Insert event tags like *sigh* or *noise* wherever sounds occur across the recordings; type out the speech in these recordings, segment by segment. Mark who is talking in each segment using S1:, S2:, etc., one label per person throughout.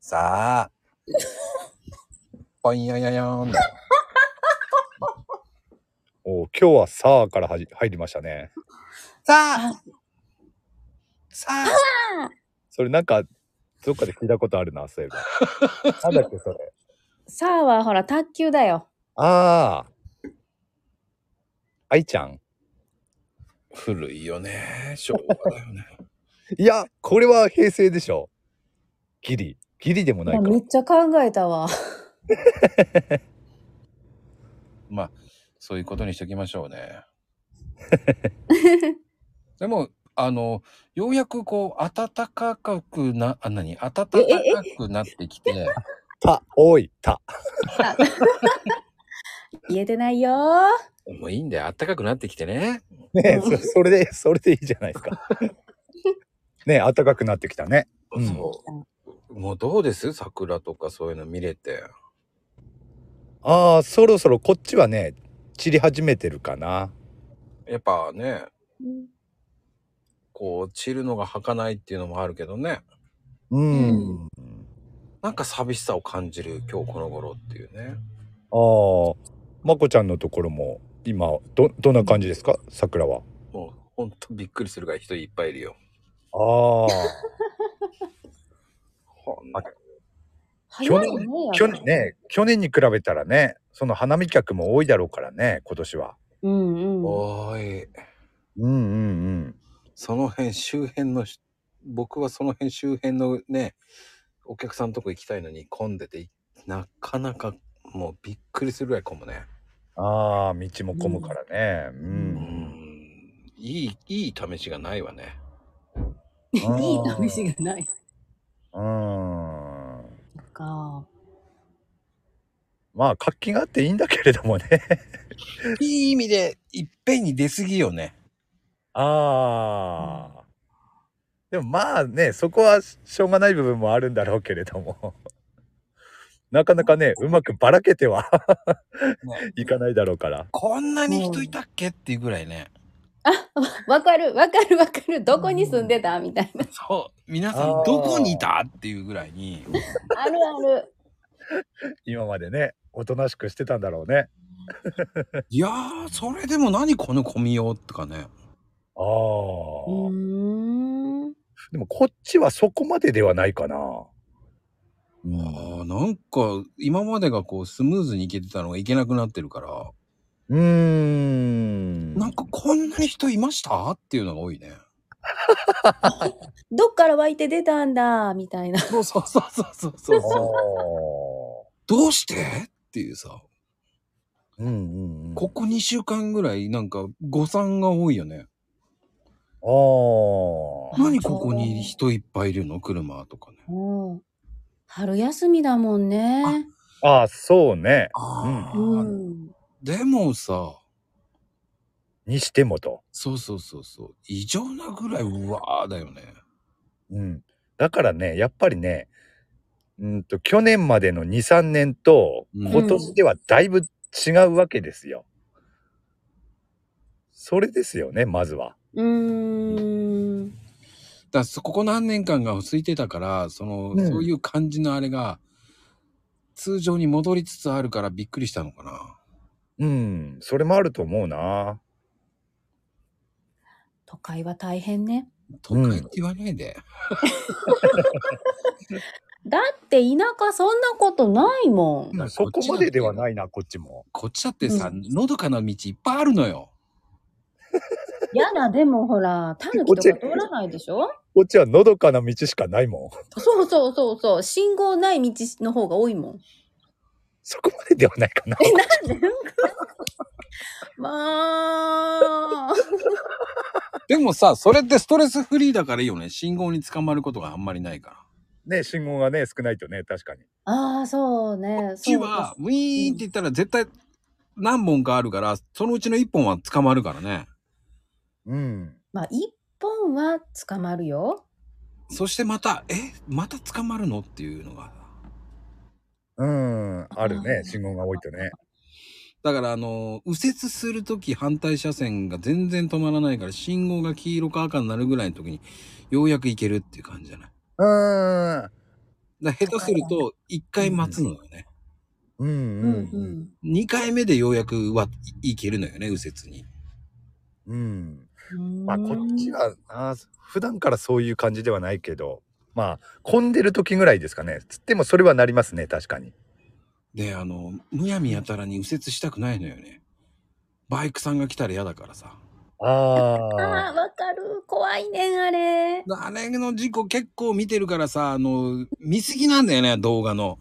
S1: さあ。ぽんよよよーんだ。
S2: お今日はさあからはじ入りましたね。
S1: さあ。さあ。
S2: それなんか、どっかで聞いたことあるな、そういえば。なんだっけ、それ。
S3: さあはほら、卓球だよ。
S2: ああ。愛ちゃん。
S1: 古いよね。昭和だよね。
S2: いや、これは平成でしょ。ギリ。ギリでもないか
S3: め。っちゃ考えたわ。
S1: まあ、 *laughs* そういうことにしときましょうね。 *laughs* でも、あの、ようやくこう、暖かくな、あ、何暖かくなってきて、
S2: た、おい、た。
S3: 言えてないよ
S1: もういいんだよ。暖かくなってきてね。
S2: ねえ、そそれで、それでいいじゃないですか。ねえ、暖かくなってきたね。うん
S1: そう。もうどうです桜とかそういうの見れて。
S2: ああ、そろそろこっちはね、散り始めてるかな。
S1: やっぱね、
S3: ー。
S1: こう、散るのが儚いっていうのもあるけどね。
S2: うん。
S1: なんか寂しさを感じる今日この頃っていうね。
S2: ああ、まこちゃんのところも、今、ど、どんな感じですか桜は。
S1: もうほんとびっくりするぐらい人いっぱいいるよ。
S2: ああ。
S1: ほんと
S3: 早いね。
S2: 去年ね、去年に比べたらね、その花見客も多いだろうからね、今年は。
S3: うんうん。
S1: おーい。
S2: うんうん
S1: その辺周辺のし、僕はその辺周辺のね、お客さんのとこ行きたいのに混んでて、なかなかもうびっくりするぐらい混むね。
S2: うん。ああ、道も混むからね。う。
S1: うんん。いい、いい試しがないわね。
S2: *laughs*
S3: いい試しがない。
S2: うん。
S3: か。
S2: まあ、活気があっていいんだけれどもね。
S1: いい意味で、いっぺんに出過ぎよね。
S2: ああ。でもまあね、そこはしょうがない部分もあるんだろうけれども。 *laughs* なかなかね、うまくばらけてはいかないだろうから。
S1: こんなに人いたっけっていうぐらいね。
S3: わかるわかるわかる。どこに住んでたみたいな。
S1: そう。皆さん
S2: あー
S1: どこにいたっていうぐらいに。
S3: あるある。
S2: 今までね、おとなしくしてたんだろうね。
S1: いやー、それでも何この混みようとかね。
S2: ああ。
S3: *laughs* うーん。
S2: でもこっちはそこまでではないかな。うん
S1: ああ、なんか今までがこうスムーズにいけてたのがいけなくなってるから、
S2: うーん。
S1: なんかこんなに人いましたっていうのが多いね。
S3: どっから湧いて出たんだみたいな。
S1: そうそうそうそうそうそう。
S2: あ
S1: どうしてっていうさ、
S2: ーうんうんうん。
S1: ここ2週間ぐらいなんか誤算が多いよね。
S2: ああ。
S1: 何ここに人いっぱいいるの車とかね。
S3: うん。春休みだもんね。
S2: ああ、そうね。
S1: ああ、
S3: うん。
S1: でもさ、
S2: にしてもと。
S1: そうそうそうそう、異常なぐらい、うわーだよね。
S2: うん。だからね、やっぱりね、うんと、去年までの2、3年と、
S1: うん
S2: 今年ではだいぶ違うわけですよ。それですよね、まずは。
S3: うーん。
S1: だからそここ何年間が空いてたから、その、
S2: うん
S1: そういう感じのあれが、通常に戻りつつあるからびっくりしたのかな。
S2: うん。それもあると思うな。
S3: 都会は大変ね。
S1: 都会って言わないで。
S3: だって田舎そんなことないもん。
S1: うん。
S2: そこまでではいないな、こっちも。
S1: こっちだってさ、
S3: うん
S1: のどかな道いっぱいあるのよ。
S3: やだ、でもほ
S2: *laughs*
S3: ら、タヌキとか通らないでしょ
S2: こっちはのどかな道しかないもん。 *laughs*
S3: そうそうそうそう。信号ない道の方が多
S2: *laughs*
S3: いもん。
S2: そこまでではないかな。
S3: え、な
S2: *laughs*
S3: んでまあ。 *laughs*
S1: でもさ、それってストレスフリーだからいいよね。信号に捕まることがあんまりないから。こ
S2: ね、信号がね、少ないとね、確かに。
S3: ああ、そうね。
S1: っち
S3: そう
S1: は、ウィーンって言ったら絶対何本かあるから、そのうちの1本は捕まるからね。
S2: うん。
S3: まあ、一本は捕まるよ。
S1: そしてまた、え、また捕まるのっていうのが。
S2: うん、ある
S3: う
S2: ね、
S3: ん
S2: 信号が多いとね。
S1: だからあの、右折するとき反対車線が全然止まらないから、信号が黄色か赤になるぐらいの時に、ようやく行けるっていう感じじゃない。
S2: うん。
S1: だから下手すると、1回待つのよね。
S2: うんう
S3: う
S2: ん
S3: うんん。
S1: 2回目でようやくは、いいけるのよね、右折に。
S2: うん。うん。
S3: うん
S2: まあこっち。はな普段からそういう感じではないけどまあ混んでる時ぐらいですかねつってもそれはなりますね確かに
S1: で、あの、むやみやたらに右折したくないのよね。バイクさんが来たら嫌だからさ。
S3: ああ、
S2: ああ
S3: わかる。怖いねん、あれ。
S1: あれの事故結構見てるからさ、あの、見過ぎなんだよね、動画の。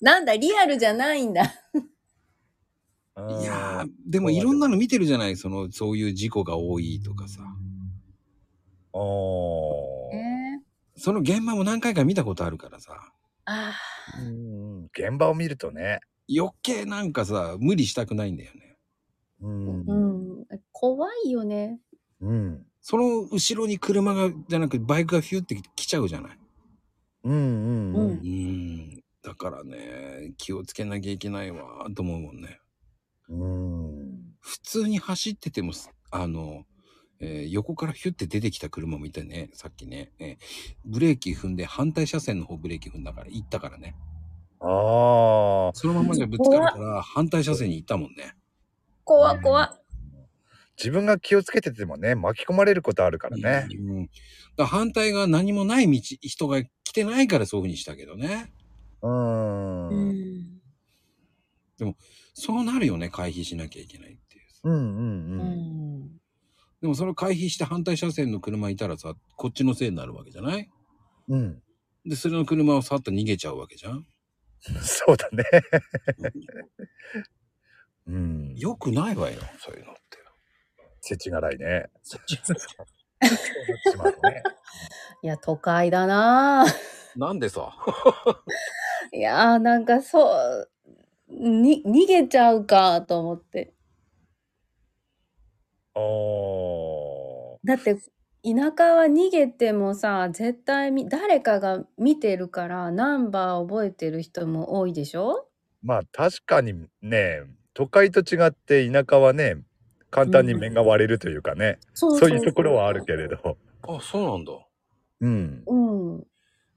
S3: なんだ、リアルじゃないんだ。
S1: いやー、でもいろんなの見てるじゃない、その、そういう事故が多いとかさ。
S2: おー
S3: ね
S1: その現場も何回か見たことあるからさ。
S3: あ
S2: うんうん現場を見るとね
S1: 余計なんかさ、無理したくないんだよね。
S2: う
S3: ー
S2: ん
S3: う、ん。怖いよね。
S2: うん
S1: その後ろに車が、じゃなくてバイクがフューって来ちゃうじゃない。
S2: うんうんう
S3: うん
S1: うんーん。だからね、気をつけなきゃいけないわ、と思うもんね。
S2: うん
S1: 普通に走ってても、あの、えー横からヒュって出てきた車もいたね、さっきね。えーブレーキ踏んで反対車線の方ブレーキ踏んだから、行ったからね。
S2: ああ
S1: そのままじゃぶつかるから、反対車線に行ったもんね。
S3: 怖い怖い。
S2: 自分が気をつけててもね巻き込まれることあるからね
S1: うん。だから反対が何もない道、人が来てないからそういうふうにしたけどね。
S2: うん
S3: う
S2: うん
S3: ん。
S1: そうなるよね、回避しなきゃいけないっていう。
S2: うん
S3: う
S2: うん
S3: ん。
S1: でもそれを回避して反対車線の車いたらさ、こっちのせいになるわけじゃない
S2: うん
S1: で、それの車をさっと逃げちゃうわけじゃん。
S2: *laughs* そうだねうん
S1: よくないわよ、そういうのって。
S2: 世知辛いね
S3: いや、都会だなぁ。
S1: なんでさ。
S3: いやー、なんかそう、に、逃げちゃうかと思って。
S2: お
S3: だって、田舎は逃げてもさ、絶対み、誰かが見てるから、ナンバー覚えてる人も多いでしょ
S2: まあ確かにね都会と違って田舎はね簡単に面が割れるというかね、
S3: そ
S2: そういうところはあるけれど
S1: あ、そうなんだ。
S2: うん
S3: うん。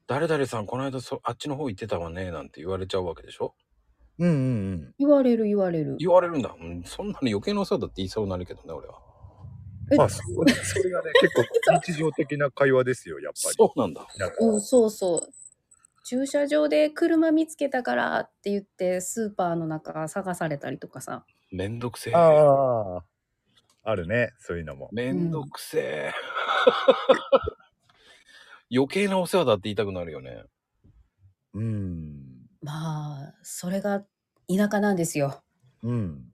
S1: 誰々さん、この間そ、あっちの方行ってたわね、なんて言われちゃうわけでしょ
S2: うんうん
S3: 言われる言われる。
S1: 言われるんだ。うん、そんなの余計なお世話だって言いそうになるけどね、俺は。
S2: う
S3: え
S2: んまあそこそれがね結構日常的な会話ですよやっぱり
S1: そうなんだ。
S2: なんか
S3: うん、そうそう。駐車場で車見つけたからって言って、スーパーの中探されたりとかさ。
S1: めんどくせえ。
S2: あああるねそういうのも
S1: めんどくせえ。 *laughs* 余計なお世話だって言いたくなるよね。
S2: うん
S3: まあ、それが田舎なんですよ。
S2: うん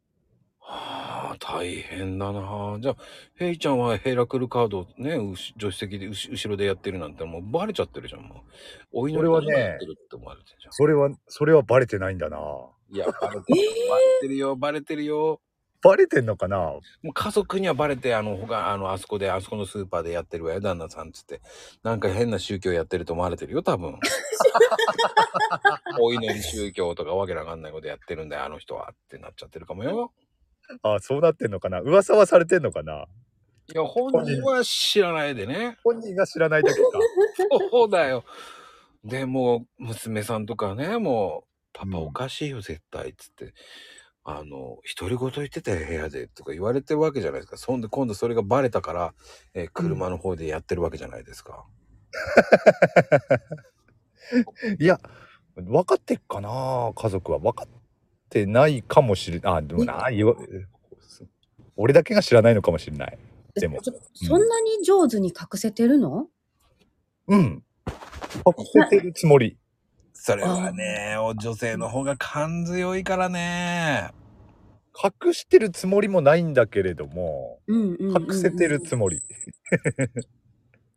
S1: はあ、大変だなあ。じゃあ、ヘイちゃんはヘイラクルカードね、うし助手席でうし後ろでやってるなんてもうバレちゃってるじゃん、もう。お祈り
S2: それはね
S1: やってるって思われてるじゃ。
S2: それはそれはバレてないんだなん
S1: いや、バレてる、バレてるよ、バレてるよ。
S2: バレてんのかな
S1: もう家族にはバレて、あの、他、あの、あそこで、あそこのスーパーでやってるわよ、旦那さんっつって。なんか変な宗教やってると思われてるよ、多
S2: *laughs*
S1: 分。お祈り宗教とかわけわかんないことやってるんだよ、あの人は。ってなっちゃってるかもよ。
S2: あそうなってんのかな噂はされてんのかない
S1: や、本人は知らないでね。
S2: *laughs* 本人が知らないだけか
S1: そうだよ。でもう娘さんとかねもう「パ
S2: うん
S1: パおかしいよ絶対」っつって「あの独り言言ってたよ部屋で」とか言われてるわけじゃないですかそんで今度それがバレたから、えー車の方でやってるわけじゃないですか。
S2: *laughs* いや分かってっかな家族は分かってないかもしれないあでもな言わ俺だけが知らないのかもしれないでも
S3: そそんなに上手に隠せてるの、
S2: うん隠せてるつもり
S1: それはねお女性の方が感強いからね
S2: 隠してるつもりもないんだけれども
S3: うんうんうんうん
S2: 隠せてるつもり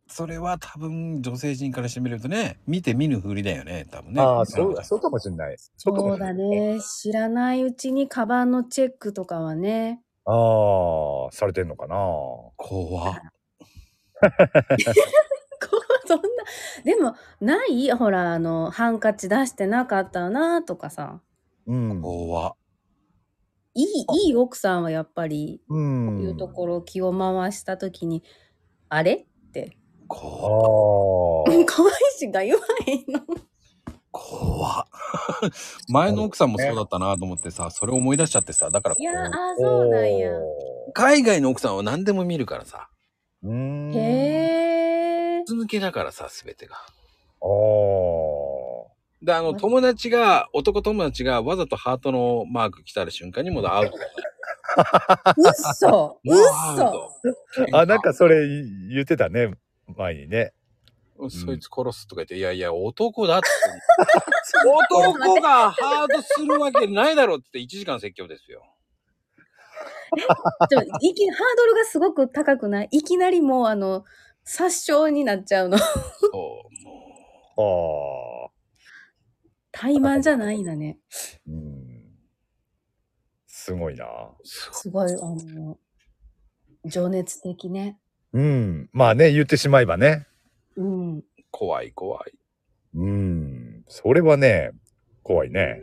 S1: それは多分女性陣からしてみるとね見て見ぬふりだよね多分ね。
S2: ああそうそうかもしれないそうか
S3: そ
S2: もしれな
S3: うだ
S2: い
S3: ね。知らないうちにカバンのチェックとかはね。 *laughs*
S2: ああされてんのかな
S1: 怖っ
S3: こうそんな。でも、ないほら、あの、ハンカチ出してなかったなとかさ。
S2: うん
S1: 怖っ
S3: いい、いい奥さんはやっぱり、
S2: う
S3: こうん *laughs* いうところを気を回したときに、あれって。
S2: あ
S1: こ
S2: あ。
S3: 可愛いしが弱いの。
S1: 怖っ *laughs* 前の奥さんもそうだったなと思ってさそれ思い出しちゃってさだから
S3: いやー、あー *laughs* そうなんや。
S1: 海外の奥さんは何でも見るからさ
S2: うーん。
S3: へえ。
S1: 続けだからさ全てが
S2: ああ。
S1: であの友達が男友達がわざとハートのマーク来たる瞬間にもうアウトだ
S3: 嘘
S1: もうアウ
S3: 嘘
S1: ト
S2: あ、なんかそれ言ってたね、前にね。
S1: そいつ殺すとか言って、いやいや、男だって。男がハードするわけないだろうって1時間説教ですよ。
S3: ちょいきハードルがすごく高くないいきなりもうあの、殺傷になっちゃうの。
S1: そう、も
S2: ああ。
S3: 怠慢じゃないんだね。
S2: うん。すごいな。
S1: う、すごい。
S3: すごい、あの、情熱的ね。
S2: うん。まあね、言ってしまえばね。
S3: うん。
S1: 怖い怖い。
S2: うん。それはね、怖いね。